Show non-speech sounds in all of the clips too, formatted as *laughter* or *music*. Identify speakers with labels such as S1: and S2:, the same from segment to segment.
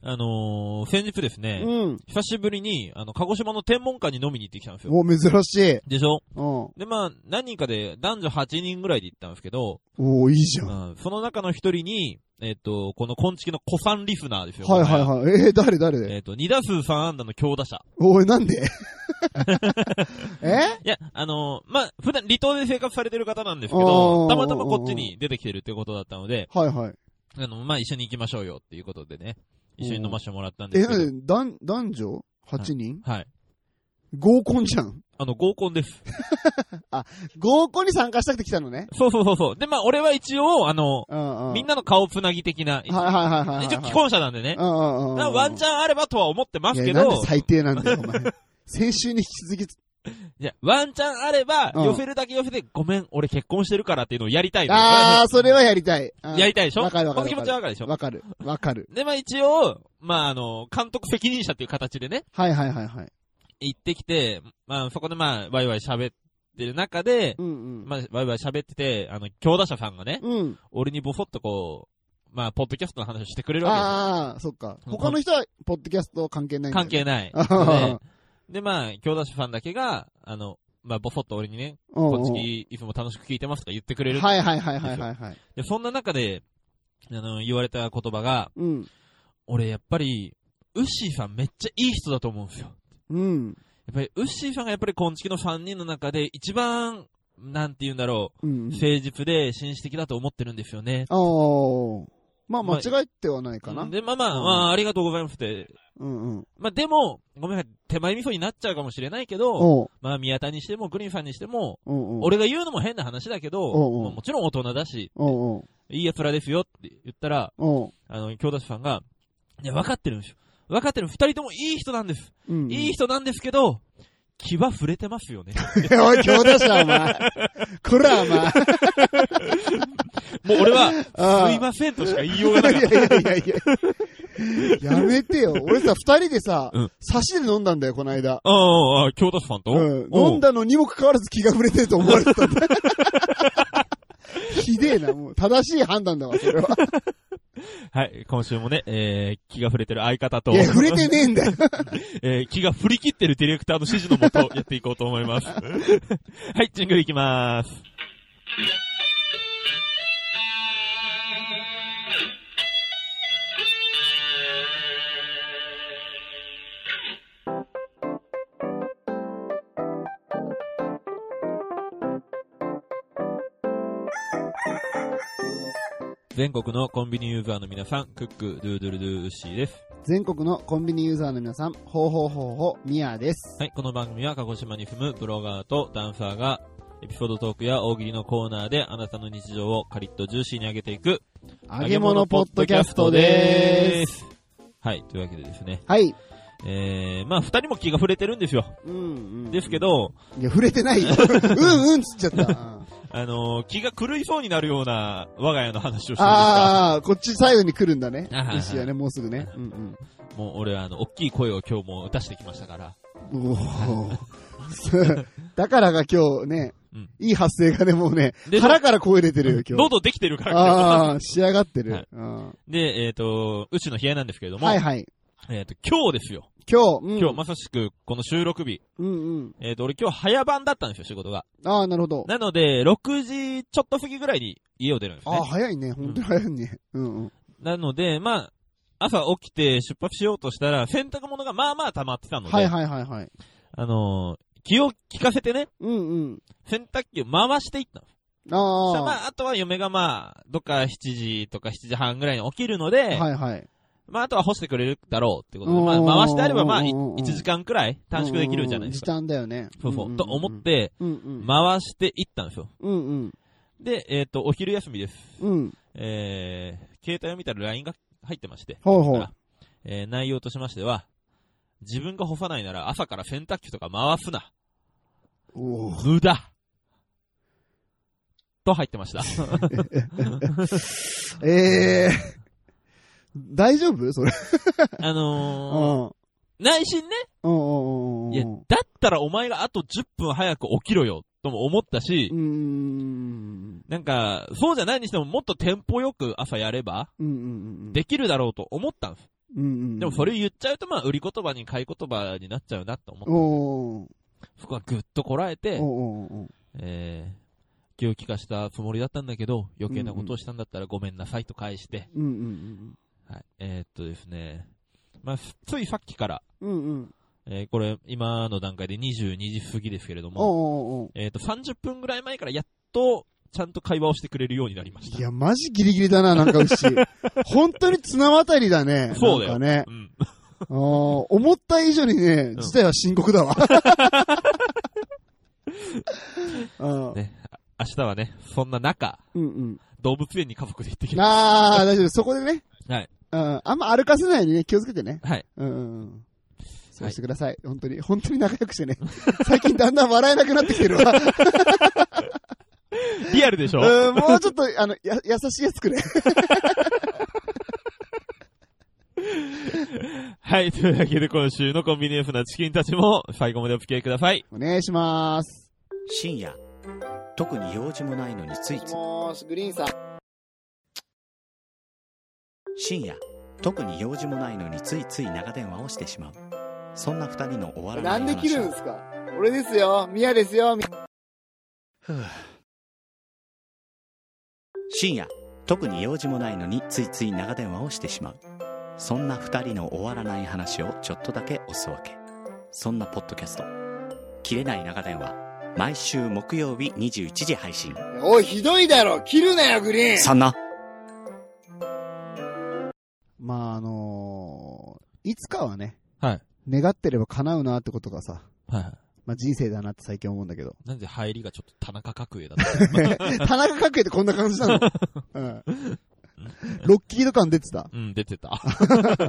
S1: あのー、先日ですね、
S2: うん。
S1: 久しぶりに、あの、鹿児島の天文館に飲みに行ってきたんですよ。
S2: お、珍しい。
S1: でしょ
S2: うん。お
S1: で、まあ、何人かで男女8人ぐらいで行ったんですけど、
S2: おいいじゃ。
S1: うん
S2: はい
S1: ん、その中の一人に、えっ、と、この昆虫の古参リスナーですよ。
S2: はいはい。えー、誰誰
S1: えっ、と、2打数3安打の強打者。
S2: おい、な
S1: *laughs*
S2: んでえ
S1: いや、あのーまあ、普段離島で生活されてる方なんですけ
S2: あー
S1: ど、たまたまこっちに出てきてるってことだったので、
S2: はいはい。
S1: あの、まあ、一緒に行きましょうよっていうことでね、一緒に飲ませてもらったんで
S2: え、
S1: す
S2: な
S1: けど、
S2: んで、男男女 ?8 人
S1: はい。
S2: 合コンじゃん。
S1: あの、合コンです。
S2: 合コンに参加したくて来たのね。
S1: そうそうそうそう。で、まあ、俺は一応、あの、
S2: うんうん。
S1: みんなの顔つなぎ的な、
S2: はいはいはいはいはい。
S1: 一応既婚者なんでね。
S2: うんうんうんうん。
S1: なワンチャンあればとは思ってます
S2: い
S1: け
S2: やなん
S1: ど
S2: で、最低なんだよ、お前。
S1: *laughs*
S2: 先週に引き続き、
S1: いや、ワンチャンあれば、
S2: うん
S1: 寄せるだけ寄せて、ごめん、俺結婚してるからっていうのをやりたいのよ
S2: あー、それはやりたい。うん
S1: やりたいでしょ
S2: わかるわか
S1: こ
S2: る。
S1: の気持ちはわかるでしょ
S2: わかる。わかる。
S1: で、まあ一応、まああの、監督責任者っていう形でね、
S2: はいはいはいはい。
S1: 行ってきて、まあそこでまあ、ワイワイ喋ってる中で、
S2: うんうん。
S1: まあ、ワイワイ喋ってて、あの、強打者さんがね、
S2: うん。
S1: 俺にボソッとこう、まあ、ポッドキャストの話をしてくれるわけですよ。
S2: あー、そっか。
S1: うん
S2: 他の人は、ポッドキャスト関係ないんだよ
S1: 関
S2: ね
S1: 係ない。
S2: あはは
S1: で、でまあ、強打者さんだけが、あの、まあ、ボソッと俺にね、
S2: うんうん
S1: こっちいつも楽しく聞いてますとか言ってくれる。
S2: はいはいはいはいはいはい。
S1: で、そんな中で、あの、言われた言葉が、
S2: うん。
S1: 俺やっぱり、ウッシーさんめっちゃいい人だと思うんですよ。
S2: うん。
S1: やっぱり、ウッシーさんがやっぱり昆虫の3人の中で一番、なんて言うんだろ
S2: う
S1: う、
S2: ん。
S1: 誠実で紳士的だと思ってるんですよね。
S2: あー。まあ
S1: まあ
S2: 間違えてはないかな。
S1: で、まあまあ、
S2: うん
S1: まあ、ありがとうございますって。
S2: うんうん。
S1: まあでも、ごめんなさい、手前味噌になっちゃうかもしれないけど、
S2: おう。
S1: まあ宮田にしてもグリーンさんにしても、
S2: うんうん。
S1: 俺が言うのも変な話だけど、
S2: おうおう
S1: まあもちろん大人だし、
S2: おう
S1: いい奴らですよって言ったら、
S2: おう。おう。
S1: あの、京田さんが、いや、分かってるんですよ。分かってる。二人ともいい人なんです。
S2: うんうん。
S1: いい人なんですけど、気は触れてますよね。
S2: *laughs* おい、強打者、お前。こら、お前。
S1: もう俺は、す
S2: ああ
S1: いませんとしか言いようがないかっ
S2: やいやいやいや。やめてよ。俺さ、二人でさ
S1: うん、
S2: 差しで飲んだんだよ、この間。
S1: た。ああ、京田さんと
S2: うん。飲ん
S1: だ。
S2: だのにもかかわらず気が触れてると思われてたんだ。ひでえな、もう。正しい判断だわ、それは。
S1: はい、今週もね、えー、気が触れてる相方と、
S2: いや、触れてねえんだよ。
S1: *laughs* えー、気が振り切ってるディレクターの指示のもと、やっていこうと思います。 *laughs* はい、ジングルいきまーす。全国のコンビニユーザーの皆さん、クック、ドゥードゥルドゥーウッシーです。
S2: 全国のコンビニユーザーの皆さん、ほうほうほうほう、ミアです。
S1: はい、この番組は鹿児島に住むブロガーとダンサーが、エピソードトークや大喜利のコーナーであなたの日常をカリッとジューシーに上げていく、
S2: 揚げ物ポッドキャストでーす。
S1: す。はい、というわけでですね、
S2: はい。
S1: えー、まあ二人も気が触れてるんですよ。
S2: うん、うん。
S1: ですけ。ど、
S2: いや、触れてな
S1: *laughs*
S2: いよ。うんうんっつっちゃった。うん
S1: あのー気が狂いそうになるような我が家の話をしてま
S2: ああ、こっち最後に来るんだね。
S1: あはいはい
S2: 石はね、もうすぐね。うん
S1: した。もう俺はあの、大きい声を今日も出してきましたから。
S2: うん。おーだからが今日ね
S1: うん、
S2: いい発声がね、もうね
S1: で、
S2: 腹から声出てるよ、今日。
S1: 喉できてるから今
S2: ああ、仕上がって
S1: はい
S2: る。うん
S1: 日。 *laughs* で、えっ、と、うちの冷えなんですけれども、
S2: はいはい。
S1: えっ、と、今日ですよ。
S2: 今日、うん
S1: 今日、まさしく、この収録日。
S2: うんうん。
S1: えっ、と、俺今日早番だったんですよ、仕事が。
S2: ああ、なるほど。
S1: なので、6時ちょっと過ぎぐらいに家を出るんです
S2: ああ、
S1: ね。
S2: 早いね。本当に早いね。うんうん。
S1: なので、まあ、朝起きて出発しようとしたら、洗濯物がまあまあ溜まってたので、
S2: はいはいはいはい。
S1: あのー気を利かせてね、
S2: うんうん。
S1: 洗濯機を回していったの。そしたら
S2: あ
S1: まあ、あとは嫁がまあ、どっか7時とか7時半ぐらいに起きるの
S2: あ。
S1: で、
S2: はいはい。
S1: まあ、あとは干してくれるだろうってことで、ま
S2: うん
S1: あ、回してあればまあ、い
S2: うんうんうん
S1: 1時間くらい短縮できるじゃないですか。
S2: うんうん時短だよね。
S1: そうそ
S2: ん
S1: う。
S2: んん
S1: と思っ。て、
S2: うんうん。
S1: 回していったんですよ。
S2: うんうん。
S1: で、えっ、と、お昼休みです。
S2: うん。
S1: えー、携帯を見たら LINE が入ってまして、
S2: ほうほう
S1: あ。えー内容としましては、自分が干さないなら朝から洗濯機とか回すな。
S2: おー
S1: 無駄。と入ってま
S2: *laughs*
S1: した。
S2: ええ。 *laughs* 大丈夫それ。
S1: あ
S2: う
S1: のー、
S2: ん。うん
S1: 内心ね、
S2: うんうんうん。
S1: いや、だったらお前があと10分早く起きろよ、とも思ったし
S2: う、んうん
S1: なんか、そうじゃないにしてももっとテンポよく朝やれば、
S2: うんうん。
S1: できるだろうと思ったんです。
S2: うんうん。
S1: でもそれ言っちゃうと、まあ、売り言葉に買い言葉になっちゃうなと思って、
S2: おー
S1: そこはぐっとこらえて、
S2: おーおーおー
S1: えー、気を利かしたつもりだったんだけど、余計なことをしたんだったらごめんなさいと返して、
S2: うんうん
S1: はい。えー、っとですね、まあ、ついさっきから、
S2: うん。うんうん。
S1: えーこれ、今の段階で22時過ぎですけれども、
S2: おーおーお
S1: えー、っと、30分ぐらい前からやっと、ちゃんと会話をしてくれるようになりまし
S2: ー
S1: た。
S2: いや、マジギリギリだな、なんか
S1: *laughs*
S2: 牛。本当に綱渡りだね。
S1: そうだよ
S2: なんかね。
S1: うん。
S2: あー思った以上にね、事態は深
S1: *laughs*
S2: 刻だわ。あー
S1: ね明日はね、そんな中、
S2: うんうん。
S1: 動物園に家族で行ってきま
S2: あー、大丈夫。そこでね。
S1: はい
S2: うん。あんま歩かせないようにね、気をつけてね。
S1: す。はい。
S2: うんうんうん。そうしてください。本当に。本当に仲良くしてね。 *laughs* 最近だんだん笑えなくなってき
S1: *laughs*
S2: てるわ。
S1: リアルでしょ
S2: うん、もうちょっと、あの、や、優しいやつくれ。
S1: はい。というわけで今週のコンビニエンスなチキンたちも最後までお付き合いください。
S2: お願いします。
S3: 深夜特に用事もないのについつい
S2: もし、グリーンさん。
S3: 深夜特に用事もないのについつい長電話をしてしまうそんな二人の終わらない話を
S2: すか俺ですよ。ミヤですよ。
S3: ふう深夜特に用事もないのについつい長電話をしてしまうそんな二人の終わらない話をちょっとだけおすわけそんなポッドキャスト「切れない長電話」毎週木曜日21時配信
S2: おい、ひどいだろ切るなよ、グリー
S3: そんな
S2: まあ、あのーいつかはね、
S1: はい。
S2: 願ってれば叶うなってことがさ、
S1: はいはい。
S2: まあ、人生だなって最近思うんだけど。 *laughs*
S1: なんで入りがちょっと田中角栄だった *laughs*
S2: 田中角栄ってこんな感じなのうん。ロッキード感出てた。
S1: うん、出てた。
S2: まあ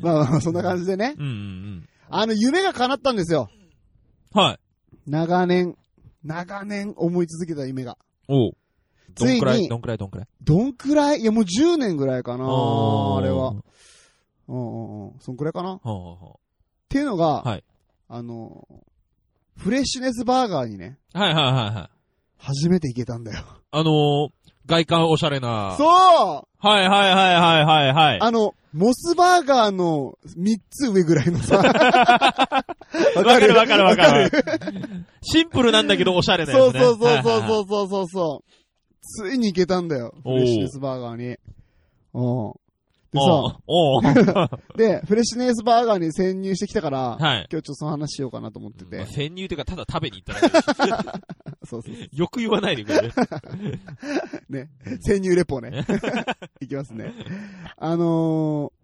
S2: まあまあ、そんな感じでね。
S1: うんうん
S2: あの、夢が叶ったんですよ。
S1: うん。はい。
S2: 長年、長年思い続けた夢が。
S1: おう。どんくら
S2: つい
S1: い、
S2: に
S1: どんくらい、どんくらい。
S2: どんくらいいや、もう10年ぐらいかな
S1: ー
S2: あれは。。うんうんうん。そんくらいかなっ
S1: ほうほうほ
S2: ていうのが、
S1: はい
S2: あの、フレッシュネスバーガーにね、
S1: うはいはいはいはい。
S2: 初めて行けたんだよ。
S1: あのー、外観おしゃれな。
S2: そうう
S1: はいはいはいはいはいはい。
S2: あの、モスバーガーの3つ上ぐらいの
S1: *laughs*
S2: さ。わ
S1: わかるわかるわかる。シンプルなんだけどおしゃれだ
S2: そ
S1: よ
S2: う
S1: ね。
S2: そうそう
S1: はいはいは
S2: そ
S1: いう
S2: そうそうそう。ついに行けたんだよ。フ
S1: おー
S2: レッシュネスバーガーに。うん。で
S1: お
S2: さ
S1: う、おう
S2: *laughs*
S1: は
S2: で、フレッシュネスバーガーに潜入してきたから、
S1: い。
S2: 今日ちょっとその話しようかなと思って
S1: まあ
S2: て。
S1: 潜入というか、ただ食べに行っただ
S2: *laughs*
S1: けで
S2: そうそうそ
S1: しよく言わないでくれる。
S2: う。ね。潜入レポ
S1: *laughs*
S2: ね。いきますね。あの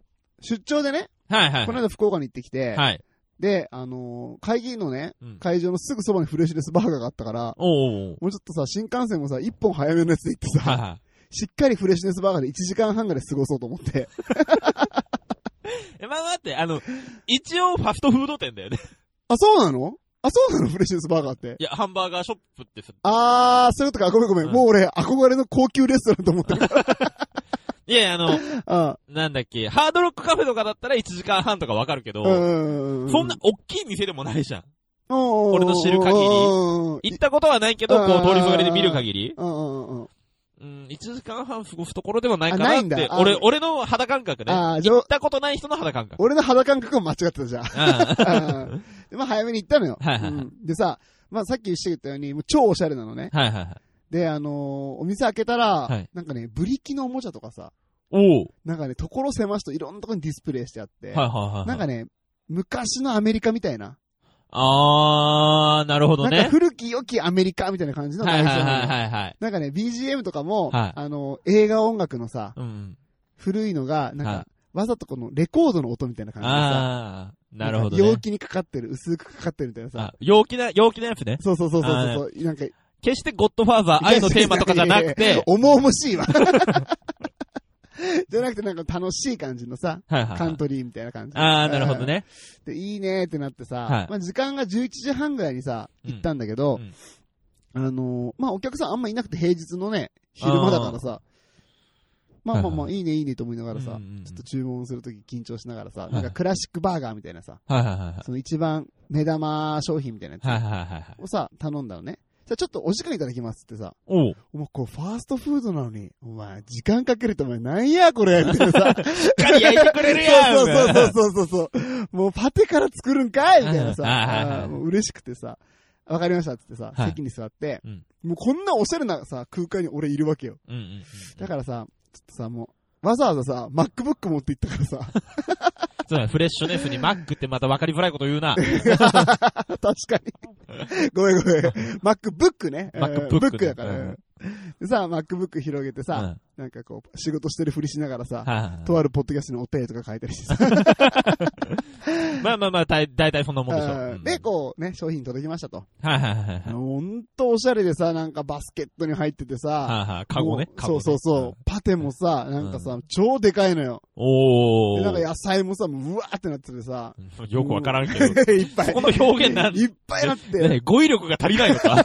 S2: ー、出張でね、
S1: はいはい。
S2: この間福岡に行ってきて、
S1: はい。
S2: で、あのー、会議のね、
S1: うん
S2: 会場のすぐそばにフレッシュネスバーガーがあったから、
S1: おうおうおう
S2: もうちょっとさ、新幹線もさ、一本早めのやつで行って
S1: はい
S2: さ、
S1: は
S2: しっかりフレッシュネスバーガーで1時間半ぐらい過ごそうと思って。
S1: い。え、まあ待って、あの、一応ファストフード店だよね。
S2: あ、そうなのあ、そうなのフレッシュネスバーガーって。
S1: いや、ハンバーガーショップってさ、
S2: あー、そういうことか。ごめんごめん。
S1: うん
S2: もう俺、憧れの高級レストランと思ってる。
S1: *laughs* いやいや、あの、
S2: あ
S1: なんだっけ、ハードロックカフェとかだったら1時間半とかわかるけど、
S2: ーうん。
S1: そんな、大きい店でもないじゃん。
S2: 俺
S1: の知る限り
S2: り
S1: 行ったことはないけど、
S2: うん
S1: こう通りすがりで見る限り、
S2: うんうんうんうん。
S1: うん、1時間半過ごすところではないか
S2: あな
S1: ないっ
S2: んだ
S1: て、
S2: あ
S1: 俺、俺の肌感覚ね。行
S2: ああ、じょ
S1: っ、たことない人の肌感覚。
S2: 俺の肌感覚も間違って
S1: *laughs*
S2: たじゃん。
S1: うん
S2: うんで、まあ早めに行ったのよ。
S1: はいはいはい
S2: うんでさ、まあさっきして言ったように、もう超おしゃれなのね。
S1: はいはいはい。
S2: で、あのーお店開けたら、
S1: はい
S2: なんかね、ブリキのおもちゃとかさ、
S1: おう。
S2: なんかね、所狭しといろんなとこにディスプレイしてあって、
S1: はいはいはい。
S2: なんかね、昔のアメリカみたいな、
S1: あー、なるほど
S2: なんか
S1: ね。
S2: 古き良きアメリカみたいな感じの
S1: は
S2: 内
S1: い
S2: 装
S1: はい
S2: なのよ
S1: はいはいはい。
S2: なんかね、BGM とかも、
S1: はい
S2: あのー映画音楽のさ、
S1: うん。
S2: 古いのが、なんか、
S1: はい
S2: わざとこのレコードの音みたいな感じでさ、
S1: あー、なるほど
S2: んか陽
S1: ね。
S2: 気にかかってる、薄くかかってるみたいなさ
S1: あ。陽気な、陽気なやつね。
S2: そうそうそうそうそう。なんか、
S1: 決してゴッドファーザー愛のテーマとかじゃなく
S2: *laughs* いやいやいや
S1: て、
S2: 重々しいわ。 *laughs* じゃなくてなんか楽しい感じのさ、
S1: はいはい
S2: カ
S1: は
S2: ン
S1: い。
S2: トリーみたいな感じ。
S1: あー、なるほどね。
S2: で、いいねーってなって
S1: は
S2: さ
S1: い、
S2: まあ時間が11時半ぐらいにさ、
S1: うん
S2: 行ったんだけど
S1: うん、
S2: あのー、まあお客さんあんまいなくて平日のね、昼間だからさ、まあまあま
S1: は
S2: あいいねいいねと思いなが
S1: う
S2: ら
S1: ん
S2: さ
S1: うんうん、
S2: ちょっと注文するとき緊張しながらさ、
S1: い
S2: なんかクラシックバーガーみたいなさ、
S1: はいはいはいはい。
S2: その一番目玉商品みたいなやつ
S1: はいはいはいはい。
S2: をさ、頼んだのね。さ、ちょっとお時間いただきますってさ、
S1: おう。
S2: お前これファーストフードなのに、お前時間かけるとお前なんやこれってさ、
S1: しっかり焼いてくれるやん
S2: そうそうそうそうそうそうそう。もうパテから作るんかいみたいなさ、
S1: はいはいはい
S2: あーもう嬉しくてさ、わかりましたってってさ、
S1: はい
S2: 席に座って、
S1: うん
S2: もうこんなおしゃれなさ、空間に俺いるわけよ。
S1: うんうんうん。
S2: だからさ、ちょっとさ、もう、わざわざさ、MacBook 持って行ったからさ、
S1: *laughs* そうだ、フレッシュネスにマックってまた分かりづらいこと言う *laughs* な。
S2: 確かに。ごめんごめん。
S1: *laughs*
S2: MacBook ね。
S1: MacBook
S2: うん Book だか
S1: う
S2: ら
S1: ん。
S2: でさ、MacBook 広げて
S1: うん
S2: さ、なんかこう、仕事してるふりしながらさ、
S1: はい
S2: とあるポッドキャストにお便りとか書いたりして
S1: *laughs*
S2: さ、
S1: まあまあまあ、だい大体そんなもんでしょ
S2: う
S1: うんん。
S2: で、こうね、商品届きましたと。
S1: はいはいはいはい。はい
S2: ほんとおしゃれでさ、なんかバスケットに入っててさ、
S1: はい。カゴね
S2: も。う
S1: カゴね
S2: そうそうそう。。パテもさ、なんかさ、超でかいのよ。
S1: お
S2: で
S1: ー。
S2: なんか野菜もさ、もううわーってなっててさ、
S1: うんよくわからんけ
S2: *laughs*
S1: ど。
S2: いっぱい。
S1: この表現なん
S2: いっぱいなって、
S1: ね語彙力が足りないの
S2: *laughs*
S1: かはい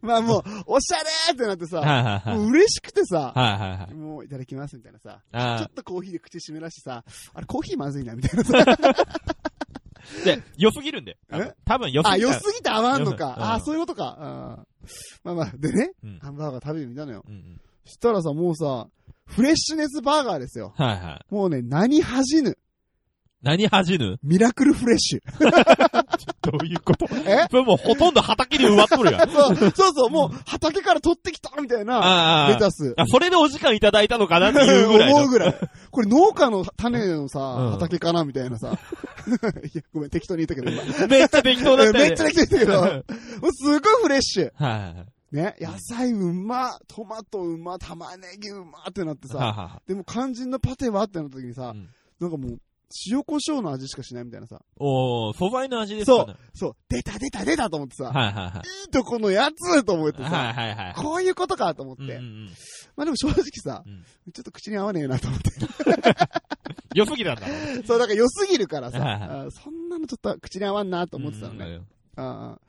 S2: まあもう、おしゃれーってなってさ、
S1: はいはい。
S2: もう嬉しくてさ、
S1: はいはいはい。
S2: もういただきますみたいなさ。ちょ
S1: あ
S2: っとコーヒーで口湿らしてさ、あれコーヒーまずいなみたいなさ。
S1: ーで、良すぎるんで。
S2: え
S1: 多分良す
S2: あ、
S1: ぎる
S2: 良。すぎて合わんのか。
S1: うん
S2: あ、そういうことか。うんまあまあ、でね、
S1: うん
S2: ハンバーガー食べてみたのよ。
S1: うんうん
S2: そしたらさ、もうさ、フレッシュネスバーガーですよ。
S1: はいはい。
S2: もうね、何恥じぬ。
S1: 何恥じ
S2: *laughs*
S1: ぬ
S2: ミラクルフレッシュ。
S1: どういうこと
S2: え
S1: それもうほとんど畑に植わっと
S2: *laughs*
S1: るやん。あ
S2: そうそうそう、もう畑から取ってきたみたいな、
S1: あ
S2: レ
S1: ああ
S2: タス。
S1: あ、それでお時間いただいたのかなっていう *laughs* ぐらいの。
S2: *laughs* 思うぐらい。これ農家の種の
S1: うん
S2: さ、畑かなみたいなさ。 *laughs* いや、ごめん、適当に言ったけど今。
S1: めっちゃ適当だ
S2: え
S1: ったよね。
S2: めっちゃ適当に言ったけど、
S1: *laughs*
S2: もうすごいフレッシュ。
S1: はいはいはい。
S2: ね、野菜うま、トマトうま、玉ねぎうまってなって
S1: は
S2: さ、
S1: あは
S2: でも肝心のパテはってなった時に
S1: あ
S2: さ、
S1: うん
S2: なんかもう、塩コショウの味しかしないみたいなさ、
S1: おー、素材の味ですかね。
S2: そう、出た出た出たと思ってさ、
S1: はいはい
S2: い、いとこのやつと思って
S1: はい。
S2: さ、
S1: はいはいはい。
S2: こういうことかと思って、
S1: うんうんうん
S2: まあでも正直さ、
S1: うん
S2: ちょっと口に合わねえなと思って、 *laughs*
S1: 良すぎたんだろうね。
S2: そう、だから良すぎるからさ、
S1: はいは
S2: あーそんなのちょっと口に合わんなと思ってたの
S1: うん
S2: ね。
S1: うんうん
S2: あー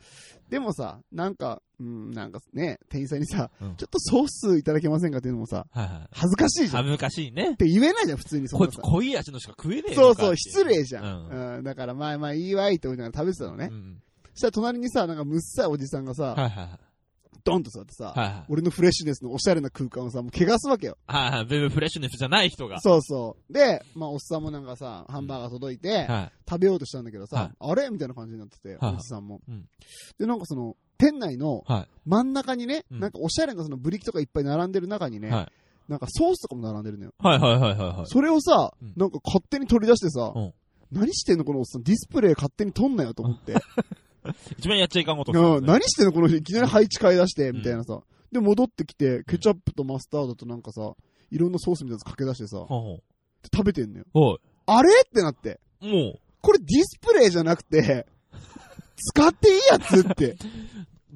S2: でもさ、なんか、うん、なんかね、店員さんにさ、
S1: うん
S2: ちょっとソースいただけませんかっていうのもさ、
S1: はいはい。
S2: 恥ずかしいじゃん。っ
S1: 恥ずかしいね。
S2: て言えないじゃん、普通にそん
S1: こい
S2: な
S1: つ
S2: さ。
S1: 濃い味のしか食えねえの
S2: そ
S1: かっ
S2: うそ、
S1: ていう
S2: 失礼じゃ
S1: うん
S2: ん。うん、だから、まあまあ、いいわいって思いながら食べてたのね
S1: う。ん
S2: そしたら隣にさ、なんかむっさいおじさんがさ、
S1: はいはいはい。
S2: ドンと座って
S1: は
S2: さ、
S1: いはい
S2: 俺のフレッシュネスのおしゃれな空間をさ、もう汚すわけよ。
S1: はいはい。全部フレッシュネスじゃない人が。
S2: そうそう。で、まあ、おっさんもなんかさ、ハンバーガー届いて、
S1: は
S2: 食べようとしたんだけど
S1: は
S2: さ、あれみたいな感じになってて、
S1: はい
S2: おじさんも
S1: うん。
S2: で、なんかその、店内の
S1: い。はい。
S2: 真ん中にね、
S1: うん
S2: なんかおしゃれなそのブリキとかいっぱい並んでる中にね
S1: はい、
S2: なんかソースとかも並んでるのよ。
S1: はいはいはいはいはい。
S2: それをさ
S1: うん、
S2: なんか勝手に取り出してさ
S1: うん、
S2: 何してんのこのおっさん、ディスプレイ勝手に取んなよと思って。
S1: 一番やっちゃいかんことです
S2: う
S1: よ
S2: ん
S1: ね。
S2: 何してんのこの人、いきなり配置変え出して、
S1: ん
S2: みたいなさ。で、戻ってきて、ケチャップとマスタードとなんかさ、いろんなソースみたいなやつかけ出してさ、
S1: ほうほう
S2: で食べてんのよ。
S1: おい。
S2: あれってなって。
S1: もう、
S2: これディスプレイじゃなくて、使っていいやつって。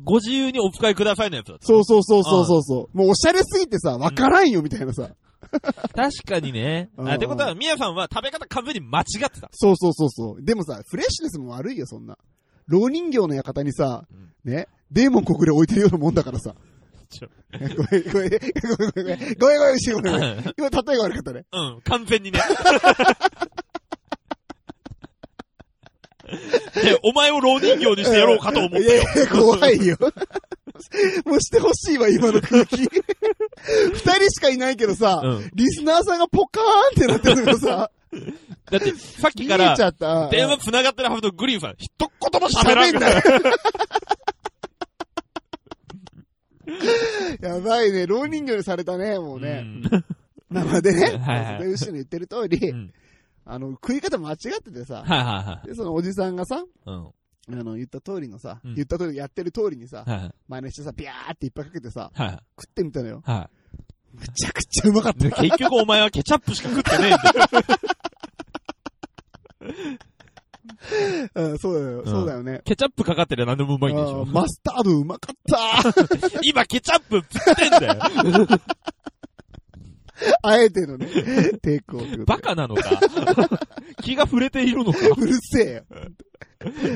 S1: ご自由にお使いくださいのやつだった。
S2: そうそうそうそうそうそう。もうおしゃれすぎてさ、わからんよ、みたいなさ。
S1: 確かにね。
S2: うん
S1: あってことは、みやさんは食べ方完全に間違ってた。
S2: そうそうそうそう。でもさ、フレッシュネスも悪いよ、そんな。老人形の館にさ
S1: うん、
S2: ね、デーモン国領置いてるようなもんだからさ。
S1: ちょ
S2: ごめん、ごめん、ごめん、ごめん、ごめん、ごめん、ごめん、ごめん、ごめん。今、例えが悪かったね。
S1: うん、完全
S2: *laughs*
S1: にね。で、お前を老人形にしてやろうかと思った
S2: いやい
S1: よ。
S2: や、怖いよ。もうしてほしいわ、今の空
S1: *laughs*
S2: 気。二人しかいないけどさ、
S1: うん
S2: リスナーさんがポカーンってなってるのが
S1: *laughs*
S2: さ、
S1: だ
S2: *laughs*
S1: って、さっ
S2: 見
S1: き
S2: え
S1: か
S2: ちゃ
S1: ら、
S2: った。
S1: 電話繋がってるはずのグリーンさん、一言も喋ら
S2: 喋
S1: んか
S2: んな
S1: ら。
S2: い。 *laughs* やばいね、老人形にされたね、もう
S1: う
S2: ね。
S1: ん
S2: なのでね、
S1: はいはい
S2: で牛の言ってる通り、
S1: うん
S2: あの、食い方間違ってて
S1: はい
S2: さ、
S1: はいはい。
S2: で、そのおじさんがさ、
S1: うん。は
S2: あの、言った通りのさ、
S1: うん
S2: 言った通り、やってる通りにさ
S1: い、はい
S2: 真似してさ、ビャーっていっぱいかけてさ、
S1: はい
S2: 食ってみたのよ。
S1: は
S2: むちゃくちゃうまかっ
S1: い。で
S2: た。
S1: 結局お前はケチャップしか食ってねえんだ
S2: *laughs*
S1: よ。
S2: *laughs* うん、そうだよ、
S1: ん
S2: そうだよね。
S1: ケチャップかかってりゃ何でもうまいんでし
S2: あ
S1: ょ
S2: ー。マスタードうまかった。 *laughs*
S1: 今ケチャップ食ってんだよ。
S2: あえての
S1: *laughs*
S2: ね、テイクオフってことで
S1: バカなの
S2: *laughs*
S1: か気が触れているのか
S2: うるせ
S1: *laughs*
S2: えよ。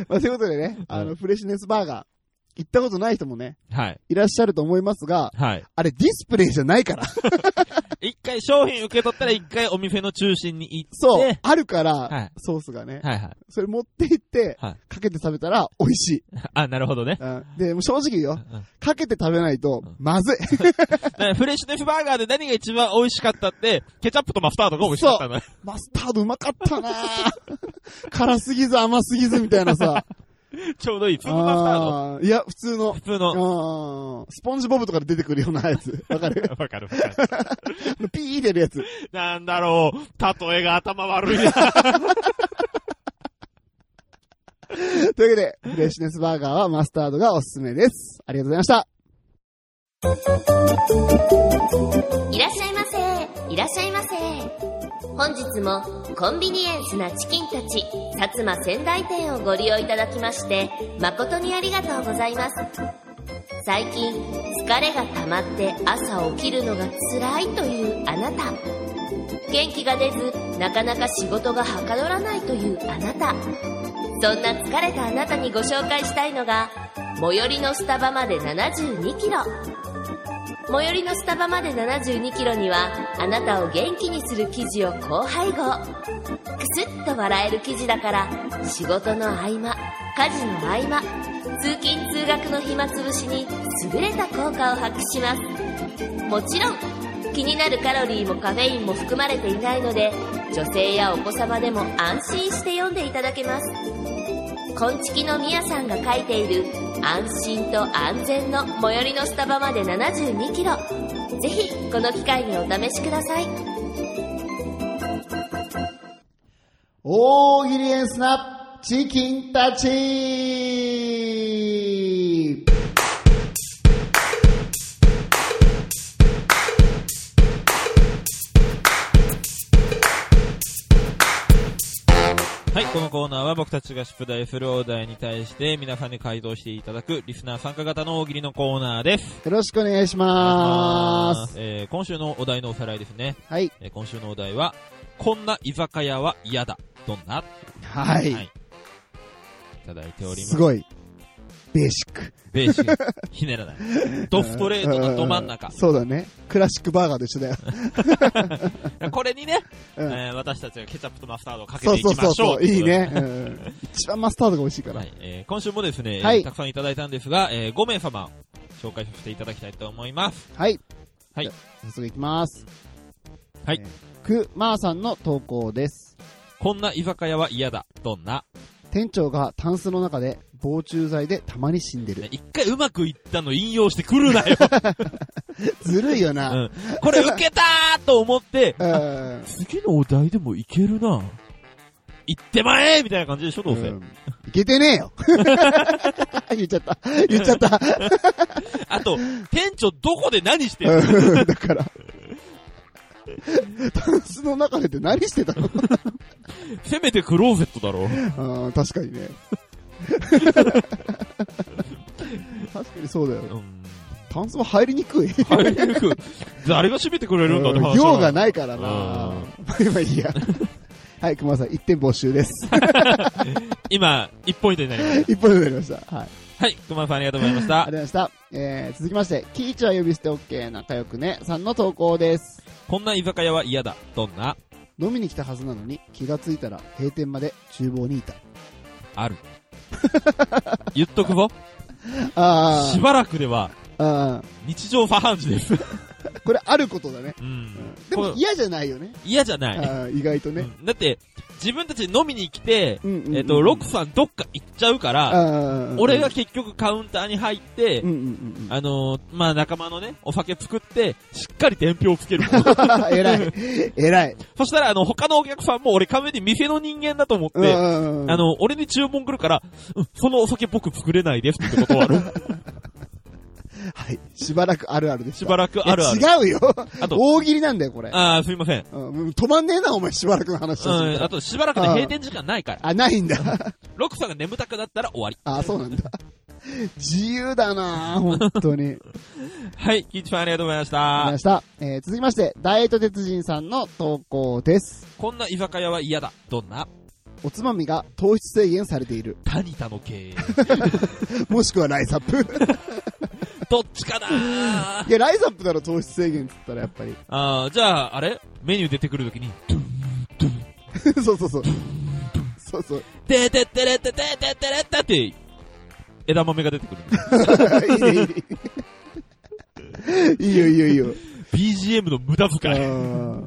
S2: まあ、ということでね、あの、フレッシュネスバーガー、行ったことない人もね、
S1: はい。
S2: いらっしゃると思いますが、
S1: はい。 *laughs*
S2: あれディスプレイじゃないから。
S1: 一回商品受け取ったら一回お店の中心に行って、
S2: そう、あるから、
S1: はい
S2: ソースがね、
S1: はいはい。
S2: それ持って行って、
S1: はい
S2: かけて食べたら美味しい。
S1: あ、なるほどね。
S2: うん、で、もう正直
S1: うん
S2: よ、
S1: うん
S2: かけて食べないと
S1: うん、
S2: まずい。
S1: だからフレッシュネスバーガーで何が一番美味しかったって、ケチャップとマスタードが美味しかったの。
S2: マスタードうまかったなぁ辛すぎず甘すぎずみたいなさ。
S1: *laughs* ちょうどいい。普通のマスタード。
S2: あーいや、普通の
S1: 普。通の。
S2: うんスポンジボブとかで出てくるような
S1: *laughs*
S2: やつ。わかる
S1: わかるわかる。
S2: あのピー出るやつ。
S1: なんだろう。例えが頭
S2: *laughs*
S1: 悪いな。
S2: というわけで、フレッシュネスバーガーはマスタードがおすすめです。ありがとうございました。
S4: いらっしゃいませ。いらっしゃいませ。本日もコンビニエンスなチキンたち、薩摩仙台店をご利用いただきまして、誠にありがとうございます。最近、疲れが溜まって朝起きるのが辛いというあなた。元気が出ず、なかなか仕事がはかどらないというあなた。そんな疲れたあなたにご紹介したいのが、最寄りのスタバまで72キロ。最寄りのスタバまで7 2キロにはあなたを元気にする記事を高配合くすっと笑える記事だから仕事の合間家事の合間通勤通学の暇つぶしに優れた効果を発揮しますもちろん気になるカロリーもカフェインも含まれていないので女性やお子様でも安心して読んでいただけます昆虫のみやさんが書いている安心と安全の最寄りのスタバまで7 2キロぜひこの機会にお試しください
S2: 大喜利エンスナチキンたち
S1: はい、このコーナーは僕たちが出題するお題に対して皆さんに回答していただくリスナー参加型の大喜利のコーナーです。
S2: よろしくお願いします。
S1: えー、今週のお題のおさらいですね。
S2: はい。
S1: えー今週のお題は、こんな居酒屋は嫌だ。どんな
S2: は。
S1: はいい。いただいております。
S2: すごい。ベーシック。
S1: ベーシック。ひねら
S2: *laughs*
S1: ない。ドストレートのど真ん中
S2: う。そうだね。クラシックバーガーと一緒だよ。
S1: これにね、
S2: うん
S1: えー私たちがケチャップとマスタードをかけ
S2: そ
S1: て
S2: う
S1: い
S2: そう
S1: き
S2: そ
S1: ま
S2: う
S1: しょ。
S2: そうう。いい。ね。うん一番マスタードが美味しいから
S1: は。い、えー今週もですね、えー
S2: はい
S1: たくさんいただいたんですが、えー5名様、紹介させていただきたいと思います。
S2: はい。
S1: はい
S2: じゃあ。早速いきます。
S1: はい
S2: えー。くまーさんの投稿です。
S1: こんな居酒屋は嫌だ。どんな、
S2: 店長がタンスの中で防虫剤でたまに死んで
S1: ね
S2: る。
S1: 一回うまくいったの引用してくるな
S2: *laughs*
S1: よ。
S2: ずるいよ
S1: う
S2: な。
S1: ん、これ受けたーと思って、
S2: うん。
S1: 次のお題でもいけるな。行ってまえみたいな感じでしょ、どうせ。
S2: んいけてね
S1: *laughs*
S2: えよ。言っちゃった。言っちゃった。
S1: あと、店長どこで何してんの
S2: うんだから。タンスの中でって何して
S1: *laughs*
S2: たの
S1: せめてクローゼットだろ。
S2: あー確か
S1: *laughs*
S2: にね。確かにそうだよ。
S1: うん。
S2: タンスは入りにくい。
S1: 早く、誰が閉めてくれるんだって話。
S2: 用が
S1: い。
S2: ないから
S1: う
S2: な。
S1: ん
S2: まあ今いいや。 *laughs* はい、熊さん、1点没
S1: *laughs*
S2: 収です。
S1: 今、1ポイントになりまし
S2: 1本でなりました。はい。
S1: た。はい、熊さんありがとうございまし
S2: あ
S1: た
S2: り。がとうございました。えー、続きまして、キーチは呼び捨て OK 仲良くね、さんの投稿です。
S1: こんな居酒屋は嫌だ。どんな
S2: 飲みに来たはずなのに、気がついたら閉店まで厨房にいた。
S1: あ
S2: *laughs*
S1: る。言っとくぞ。
S2: あ
S1: しばらくでは、
S2: あ、あ
S1: 日常茶飯事
S2: *laughs*
S1: です。
S2: あ、これあることだね。
S1: うん。
S2: で
S1: こ
S2: も
S1: れ
S2: 嫌じゃないよね。
S1: 嫌じゃない。
S2: あー意外と
S1: う
S2: ね。
S1: んだって、自分たち飲みに来て、
S2: うんうんうん
S1: えっと、ロックさんどっか行っちゃうから、
S2: あー
S1: 俺が、結局カウンターに入って
S2: うん、うんうん
S1: あのー、まあ、仲間のね、お酒作って、しっかり伝票をつける。
S2: うん。 *laughs* 偉い。偉い。
S1: そしたら、あの、他のお客さんも俺完全に店の人間だと思って、
S2: うん
S1: あ、の、俺に注文来るから、うんそのお酒僕作れないですって断る。
S2: はい。しばらくあるあるでした。
S1: しばらくあるある
S2: い。や違うよ。
S1: あと
S2: 大喜利なんだよ、これ。
S1: ああ、すいません。
S2: うんうん止まんねえな、お前、しばらくの話
S1: う
S2: だ
S1: ん、あ
S2: し。
S1: としばらくで閉店時間ないから。
S2: あ、ないんだ。
S1: ロックさんが眠たくなったら終わり。
S2: あ、そうなんだ。自由だなぁ、本当に。
S1: はい、キー *laughs* チさんありがとうございました
S2: わかりま。した。えー続きまして、ダイエット鉄人さんの投稿です。
S1: こんな居酒屋は嫌だ。どんな
S2: おつまみが糖質制限されている。
S1: タニタの経営。
S2: もしくはライサップ。
S1: *laughs* どっちかない
S2: や、ライザップだろ、糖質制限っつったら、やっぱり。 *laughs*
S1: あーじゃあ、あれメニュー出てくるときに、
S2: そうそうそう。そうそう。 *laughs*
S1: てててれててててれてって、枝豆が出てくる。
S2: いいね、 *laughs* いいね。いいよ、いいよ、いいよ。
S1: BGM の無駄
S2: あ
S1: 遣い。
S2: ー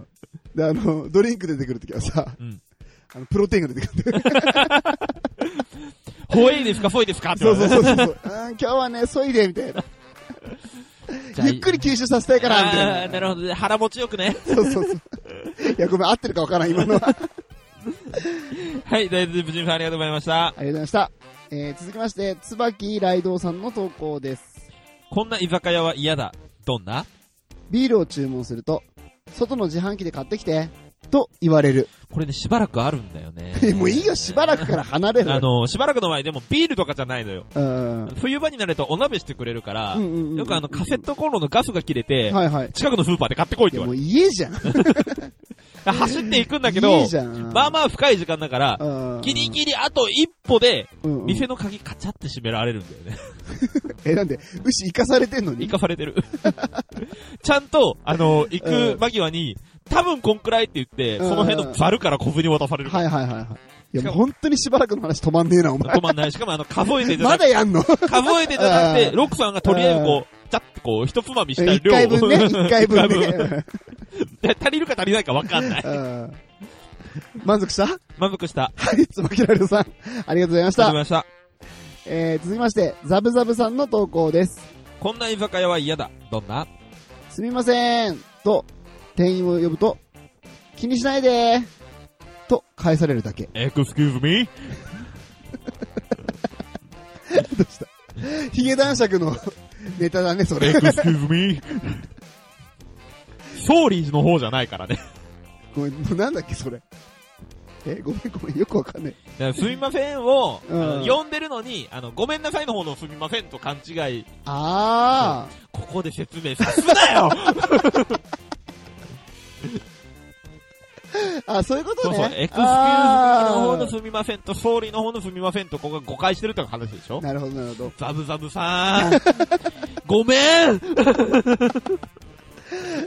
S2: で、あの、ドリンク出てくるときはさ、
S1: うん
S2: あの、プロテインが出てくるんだよ。
S1: ほえいですか、ほいですかって
S2: そ
S1: 言
S2: う
S1: わ
S2: そ
S1: れ
S2: う
S1: て
S2: そうそうそう。うん、今日はね、そいで、みたいな。ゆっくり吸収させたいから、みた
S1: あ
S2: い
S1: ー
S2: な。
S1: なるほどね。腹持ちよくね。 *laughs*
S2: そうそうそう。いや、ごめん、合ってるかわからん、今のは。
S1: はい、大豆無人さんありがとうございました。
S2: ありがとうございました。えー、続きまして、椿ライドウさんの投稿です。
S1: こんな居酒屋は嫌だ。どんな
S2: ビールを注文すると、外の自販機で買ってきて、と言われる。
S1: これね、しばらくあるんだよね
S2: *laughs* 。もういいよ、しばらくから離れる。
S1: あの、しばらくの前でもビールとかじゃないのよ。
S2: うん、うん
S1: 冬場になるとお鍋してくれるから、
S2: うんうんうん
S1: よくあのカセットコンロのガスが切れて、
S2: はいはい。
S1: 近くのスーパーで買ってこいっ
S2: い
S1: て
S2: や、
S1: 言わ
S2: も
S1: れ
S2: う家じゃん。
S1: て。走っていくんだけど
S2: 家、じゃん。
S1: まあまあ深い時間だから、
S2: あ
S1: ギリギリあと一歩で、
S2: うんうん
S1: 店の鍵カチャって閉められるんだよね。
S2: え、なんで、牛生かされてんの
S1: 行
S2: に
S1: かされてる。ちゃんと、あの、行
S2: う
S1: く
S2: ん
S1: 間際に、多分こんくらいって言って、
S2: うん
S1: その辺のザルから小銭渡される。
S2: はいはいはいはい。い
S1: し
S2: や、
S1: かも
S2: 本当にしばらくの話止まんねえな、お前。
S1: 止まんない。しかもあの、数えてじゃ
S2: ま
S1: なく
S2: だやんの
S1: て、数えてじゃなく
S2: う
S1: て、ロックさんがとりあえずこう、ちゃってこう、一つまみした
S2: 一
S1: 量を。
S2: 回分ね、一回分
S1: 一回分
S2: ね。
S1: *laughs* で足りるか足りないか分かんない。
S2: *laughs* うん満足した *laughs* は
S1: 満足した。あり
S2: い、つばきられさん。ありがとうございまし
S1: がとうござい
S2: た。
S1: ました。
S2: えー、続きまして、ザブザブさんの投稿です。
S1: こんな居酒屋は嫌だ。どんな
S2: すみませんと、店員を呼ぶと、気にしないでと返されるだけ。
S1: ?Excuse me?
S2: ヒゲ男爵の *laughs* ネタだね、それ。
S1: Excuse
S2: *laughs*
S1: me? ソーリーズの方じゃないからね。
S2: ごめん、もうなんだっけ、それ。え、ごめんごめん、よくわかんない。
S1: だからすみませんを、
S2: うん
S1: あの呼んでるのに、あの、ごめんなさいの方のすみませんと勘違い、
S2: あ
S1: ここで説明さすなよ
S2: ー、あ、 *laughs* そういうこと
S1: そう
S2: ね。
S1: そう、エクスキューズミ
S2: あ
S1: の
S2: ー
S1: 方のすみませんと、ソーリーの方のすみませんと、ここが誤解してるって話でしょ
S2: なるほど、なるほど。
S1: ザブザブさ
S2: *laughs*
S1: ん。ごめん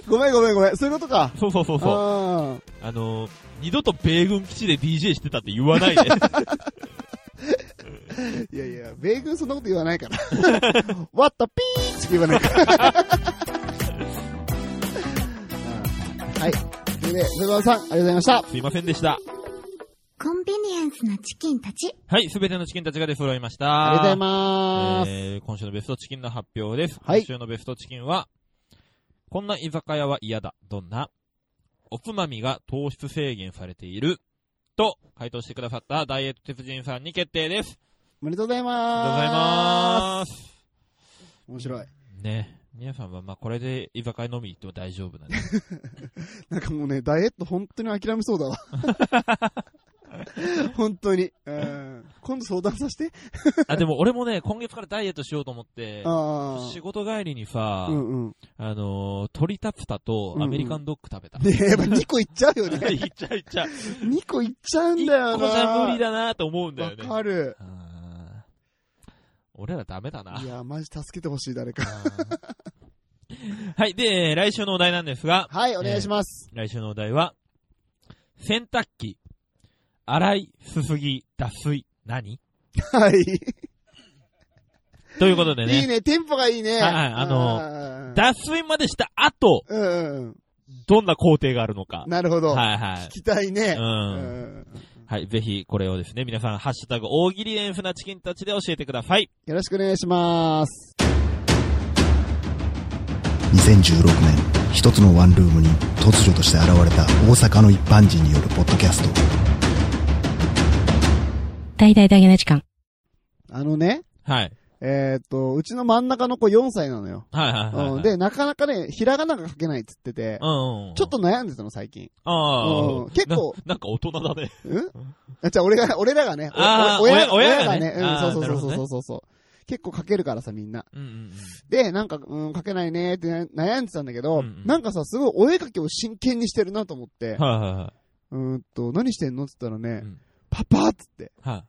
S2: ごめんごめんごめん、そういうことか。
S1: そうそうそうそう。あ
S2: あ
S1: のー、二度と米軍基地で DJ してたって言わないで。
S2: *laughs* ーいやいや、米軍そんなこと言わないから。What *laughs* the ピーって言わないから。 *laughs* うんはい。ということで、ザブさん、ありがとうございました。
S1: すいませんでした。
S4: コンビニエンスなチキンたち。
S1: はい、すべてのチキンたちが出揃いました。
S2: ありがとうござい
S1: ま
S2: ます。
S1: えー、今週のベストチキンの発表です。
S2: はい
S1: 今週のベストチキンは、こんな居酒屋は嫌だ。どんなおつまみが糖質制限されている。と、回答してくださったダイエット鉄人さんに決定です。
S2: おめでとうござい
S1: ありがとう
S2: ま
S1: ございます。
S2: す。面白い。
S1: ね。皆さんは、まあ、これで居酒屋飲み行っても大丈夫なんで。 *laughs*
S2: なんかもうね、ダイエット本当に諦めそ
S1: *laughs*
S2: うだわ。本当に。うん今度相談させて。
S1: あ、でも俺もね、今月からダイエットしようと思って、
S2: あ
S1: 仕事帰りにさ
S2: あ。、うんうん。ね
S1: あのー、鶏タプタとアメリカンドッグ食べた。
S2: え、やっぱ2個いっちゃうよね。
S1: *laughs* いっちゃういっちゃう。
S2: 2個いっちゃうん
S1: 一
S2: だよな。
S1: 個じゃ無理だなと思うんだよ
S2: わ
S1: ね。
S2: かる。。
S1: あー俺らダメだない
S2: や、マジ助けてほしい、誰か。
S1: あー *laughs* はい。で、えー来週のお題なんですが、
S2: はい、お願いします。
S1: 来週のお題は、洗濯機、洗い、すすぎ、脱水、何
S2: はい。
S1: ということで
S2: いい
S1: ね、
S2: ね、テンポがいいね。
S1: はいはいあの
S2: の
S1: 脱水までした後、
S2: うんうん
S1: どんな工程があるのか
S2: うん。。なるほど。
S1: はいは
S2: 聞
S1: い。
S2: きたいうね。
S1: ん。
S2: うん
S1: はい。ぜひ、これをですね、皆さん、ハッシュタグ、大喜利エンフなチキンたちで教えてください。
S2: よろしくお願いします。
S5: 2016年一つのワンルームに突如として現れた大阪の一般人によるポッドキャスト
S6: 大々大げな時間。
S2: あのね、
S1: はい。
S2: えーっと、うちの真ん中の子4歳なのよ。
S1: はいはいはい、は
S2: うん
S1: い。
S2: で、なかなかね、ひらがなが書けないっつってて
S1: う、ん、うん。
S2: ちょっと、悩んでたの、最近。
S1: あ
S2: うん
S1: あ。
S2: 結構
S1: な。なんか大人だね。
S2: うんあじゃあ、俺が、俺らがね、お
S1: あー
S2: お
S1: 親親
S2: が
S1: が
S2: ね
S1: ね、
S2: うん、
S1: あー
S2: そうそうそ
S1: なるほど
S2: う
S1: ね
S2: そうそうそう。結構書けるからさ、みんな。
S1: うんうん
S2: で、なんか、うん、書けないねってな悩んでたんだけ
S1: うん
S2: ど、
S1: うん
S2: なんかさ、すごいお絵描きを真剣にしてるなと思って、
S1: うん。はいはいは
S2: うーんと、何してんのって言ったら
S1: い。う
S2: ね、
S1: ん
S2: パパっつって、
S1: はい。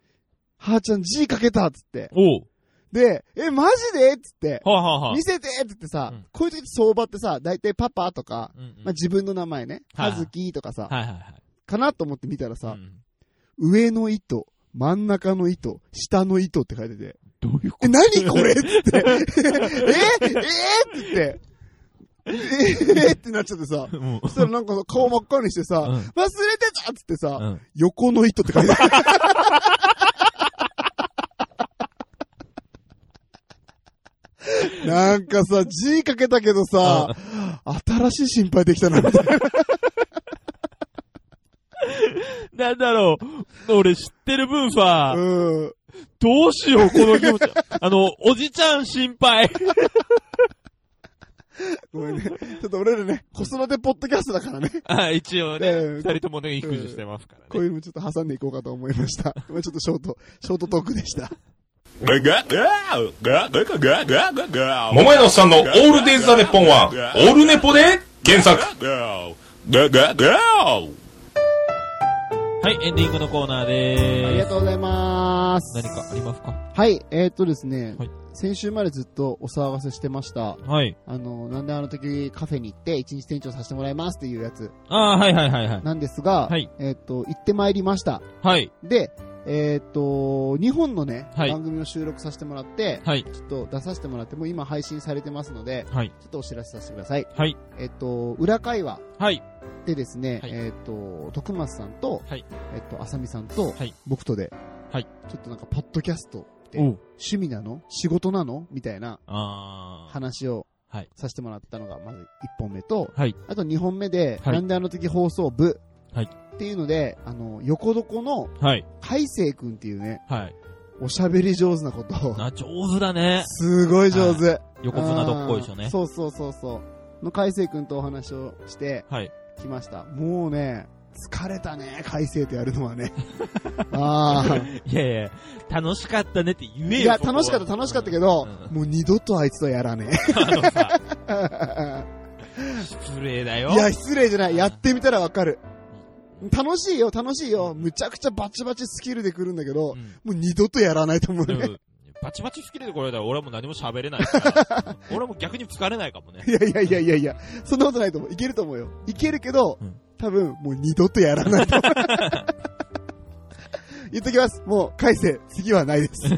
S2: はーちゃん字書けたっつって、
S1: おう。
S2: で、え、マジでっつって、
S1: はあ、はあはあ
S2: 見、せてって言ってさ
S1: うん、
S2: こういう時って相場ってさ、だいたいパパとか、
S1: うんうん
S2: まあ、自分の名前ね、
S1: はい
S2: は
S1: はい
S2: ずきとか
S1: は
S2: さ、
S1: いはいはい。
S2: かなと思って見たら
S1: う、
S2: さ
S1: ん
S2: 上の糸、真ん中の糸、下の糸って書いてて、
S1: どういうこ
S2: え、何こ
S1: *laughs*
S2: れっつって、ええーって言って、えー、ってなっちゃってさ、
S1: とうん。
S2: そしたらなんかさ顔真っ赤にしてさ、
S1: うん
S2: 忘れてたっつってさ、
S1: うん
S2: 横の糸って書い
S1: *laughs*
S2: てある。なんかさ、字かけたけどさ、新しい心配できたな、みたいな。
S1: なんだろう。俺知ってる分 *laughs* さ、
S2: うん。
S1: どうしよう、この気持ち。 *laughs* あの、おじちゃん心配。 *laughs*
S2: ごめんね。ちょっと俺らね、子育てポッドキャストだからね。
S1: あ一応
S2: うん
S1: ね、二人ともね、育児してますから
S2: こう
S1: ね。
S2: いうのちょっと挟んでいこうかと思いました。 *laughs* まあちょっとショート、ショートトークでした。
S7: 桃屋のおっさんのオールデイズ・ザ・ネッポンは、オールネポで原作。
S1: はい、エンディングのコーナーで
S2: *laughs* あり
S1: ー
S2: がとうございます。
S1: す。何かありますか
S2: はい、えー、っとですね、
S1: はい
S2: 先週までずっとお騒がせしてました。
S1: はい。
S2: あの、なんであの時カフェに行って一日店長させてもらいますっていうやつ
S1: ああ、はいはいはいはい。
S2: なんですが、
S1: はい
S2: えーっと、行ってまいりました。
S1: はい。
S2: で、えーっと、日本のね、
S1: はい
S2: 番組を収録させてもらって、
S1: はい。
S2: ちょっと出させてもらって、もう今配信されてますので、
S1: はい。
S2: ちょっとお知らせさせてください。
S1: はい。
S2: えーっと、裏会話
S1: はい。
S2: でですね、
S1: はい
S2: えーっと、徳松さんと、
S1: はい
S2: えーっと、浅見さんと、
S1: はい
S2: 僕とで、
S1: はい
S2: ちょっとなんか、ポッドキャストって、
S1: おう
S2: 趣味なの仕事なのみたいな
S1: ああ。
S2: 話を
S1: はい
S2: させてもらったのが、まず1本目と、
S1: はい。
S2: あと2本目で、
S1: はい
S2: なんであの時放送部、
S1: はい
S2: っていうので、あの、横床の
S1: はい。
S2: 海星くんっていうね、
S1: はい。
S2: おしゃべり上手なことを、
S1: あ、上手だね。
S2: すごい上手。
S1: 横綱どっこいしょ
S2: あー
S1: ね。
S2: そうそうそうそう。の海星くんとお話をして
S1: はい。
S2: きました。もうね、疲れたね、海星とやるの
S1: *laughs*
S2: はね。ああ。
S1: いやいや、楽しかったねって言えよ。
S2: いや、
S1: ここは
S2: 楽しかった、楽しかったけど、
S1: うん
S2: もう二度とあいつとはやらねえ。
S1: あのさ、失礼だよ。
S2: いや、失礼じゃない。やってみたらわかる
S1: うん。
S2: 楽しいよ、楽しいよ。むちゃくちゃバチバチスキルで来るんだけど、
S1: うん
S2: もう二度とやらないと思う
S1: で
S2: ね。
S1: も、バチバチ好きでこれだら俺はもう何も喋れない
S2: *laughs*
S1: から、俺も逆に疲れないかもね。
S2: *laughs* いやいやいやいやいや、そんなことないと思う。いけると思うよ。いけるけど、
S1: うん
S2: 多分もう二度とやらない
S1: *laughs*
S2: と思う。言っときます。もう、改正、次はないです。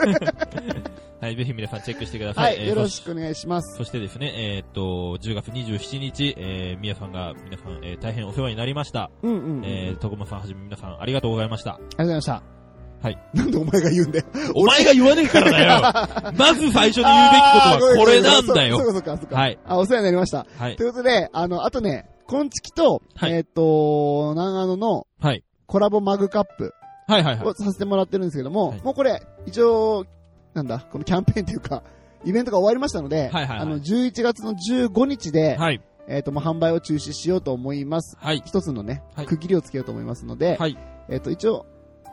S1: はい、ぜひ皆さんチェックしてくださ。
S2: *laughs* はいい、
S1: えー
S2: よろしくお願いします。
S1: そしてですね、えーっと、10月27日、えー、みやさんが、皆さん、えー大変お世話になりました。
S2: うんうん、うん
S1: えー、徳間さんはじめ皆さん、ありがとうございました。
S2: ありがとうございました。
S1: はい。
S2: なん *laughs* でお前が言うんだよ。
S1: お前が言わねえからだよ *laughs* まず最初に言うべきこと
S2: あーご
S1: は
S2: め
S1: こ
S2: ごめ
S1: れなんだ
S2: そ
S1: よ
S2: うそうか、そうか。
S1: はい。
S2: あ、お世話になりました。
S1: はい
S2: と。いうことで、あの、あとね、コンチキと、
S1: はい
S2: えーっ、と、長野の
S1: はい。
S2: コラボマグカップ
S1: はいはいは
S2: を
S1: い。
S2: させてもらってるんですけども、
S1: はい
S2: もうこれ、一応、なんだ、このキャンペーンというか、イベントが終わりましたの
S1: は
S2: で、
S1: いはいはい
S2: あの、11月の15日で、
S1: はい。
S2: えーっ、と、もう販売を中止しようと思います。
S1: はい。
S2: 一つのね、
S1: はい
S2: 区切りをつけようと思いますので、
S1: はい。
S2: えーっ、と、一応、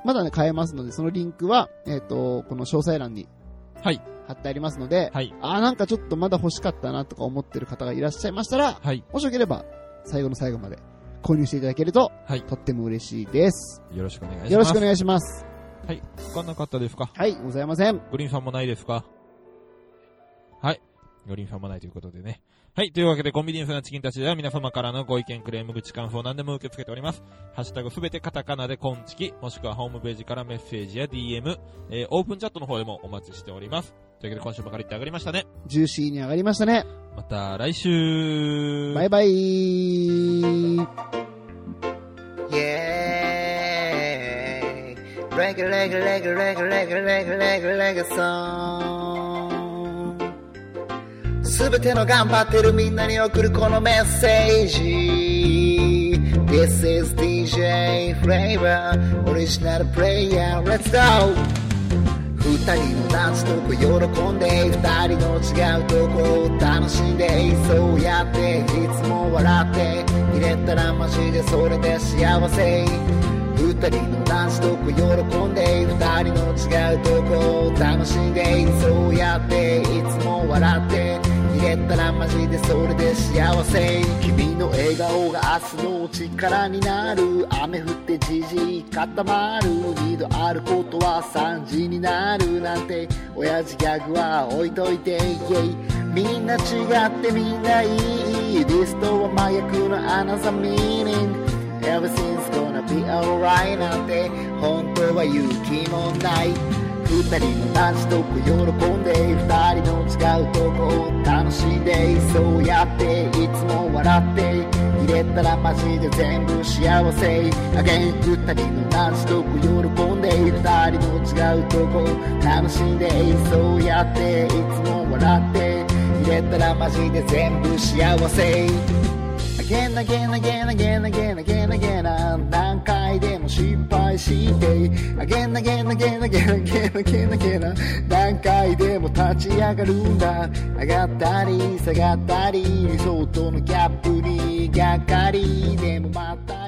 S2: まだね、買えますので、そのリンクは、えーっ、と、この詳細欄に、
S1: はい
S2: 貼ってありますので、
S1: はい。
S2: あーなんかちょっとまだ欲しかったなとか思ってる方がいらっしゃいましたら、
S1: はい。
S2: もしよければ、最後の最後まで購入していただけると、
S1: はい
S2: とっても嬉しいです。
S1: よろしくお願いします。
S2: よろしくお願いします。
S1: はい。つかなかったですか
S2: はい、ございません。
S1: グリーンさんもないですかはい。グリーンさんもないということでね。はい。というわけで、コンビニエンスなチキンたちでは皆様からのご意見、クレーム、口感想何でも受け付けております。ハッシュタグすべてカタカナでコンチキ、もしくはホームページからメッセージや DM、えーオープンチャットの方でもお待ちしております。というわけで、今週ばかりって上がりましたね。
S2: ジューシーに上がりましたね。
S1: また来週
S2: バイバイ。
S8: Yeah. Reg a leg a leg a leg a leg a leg a leg a leg a song すべての頑張ってるみんなに送るこのメッセージ This is DJ Flavor Original Player Let's go 二人のダンストーク喜んで二人の違うとこを楽しんでそうやっていつも笑って入れたらマジでそれで幸せ二人のダンストーク喜んで二人の違うとこを楽しんでそうやっていつも笑って入れ
S2: れたらマジでそれで幸せ日々の笑顔が明日の力になる雨降ってじじい固まる二度あることは3時になるなんて親父ギャグは置いといてイエイみんな違ってみんないいリストは真逆の another meaning Everything's gonna be alright なんて本当は勇気もない二人のランチとこ喜んで二人の違うとこを楽しんでそうやっていつも笑って入れたらマジで全部幸せ Again 二人のランチとこ喜んで二人の違うとこを楽しんでそうやっていつも笑って入れたらマジで全部幸せ Again, again, again, again, again, again, again 何回でも失敗して Again, again, again, again, again, again, again 何回でも立ち上がるんだ上がったり下がったり理想とのギャップにがっかりでもまた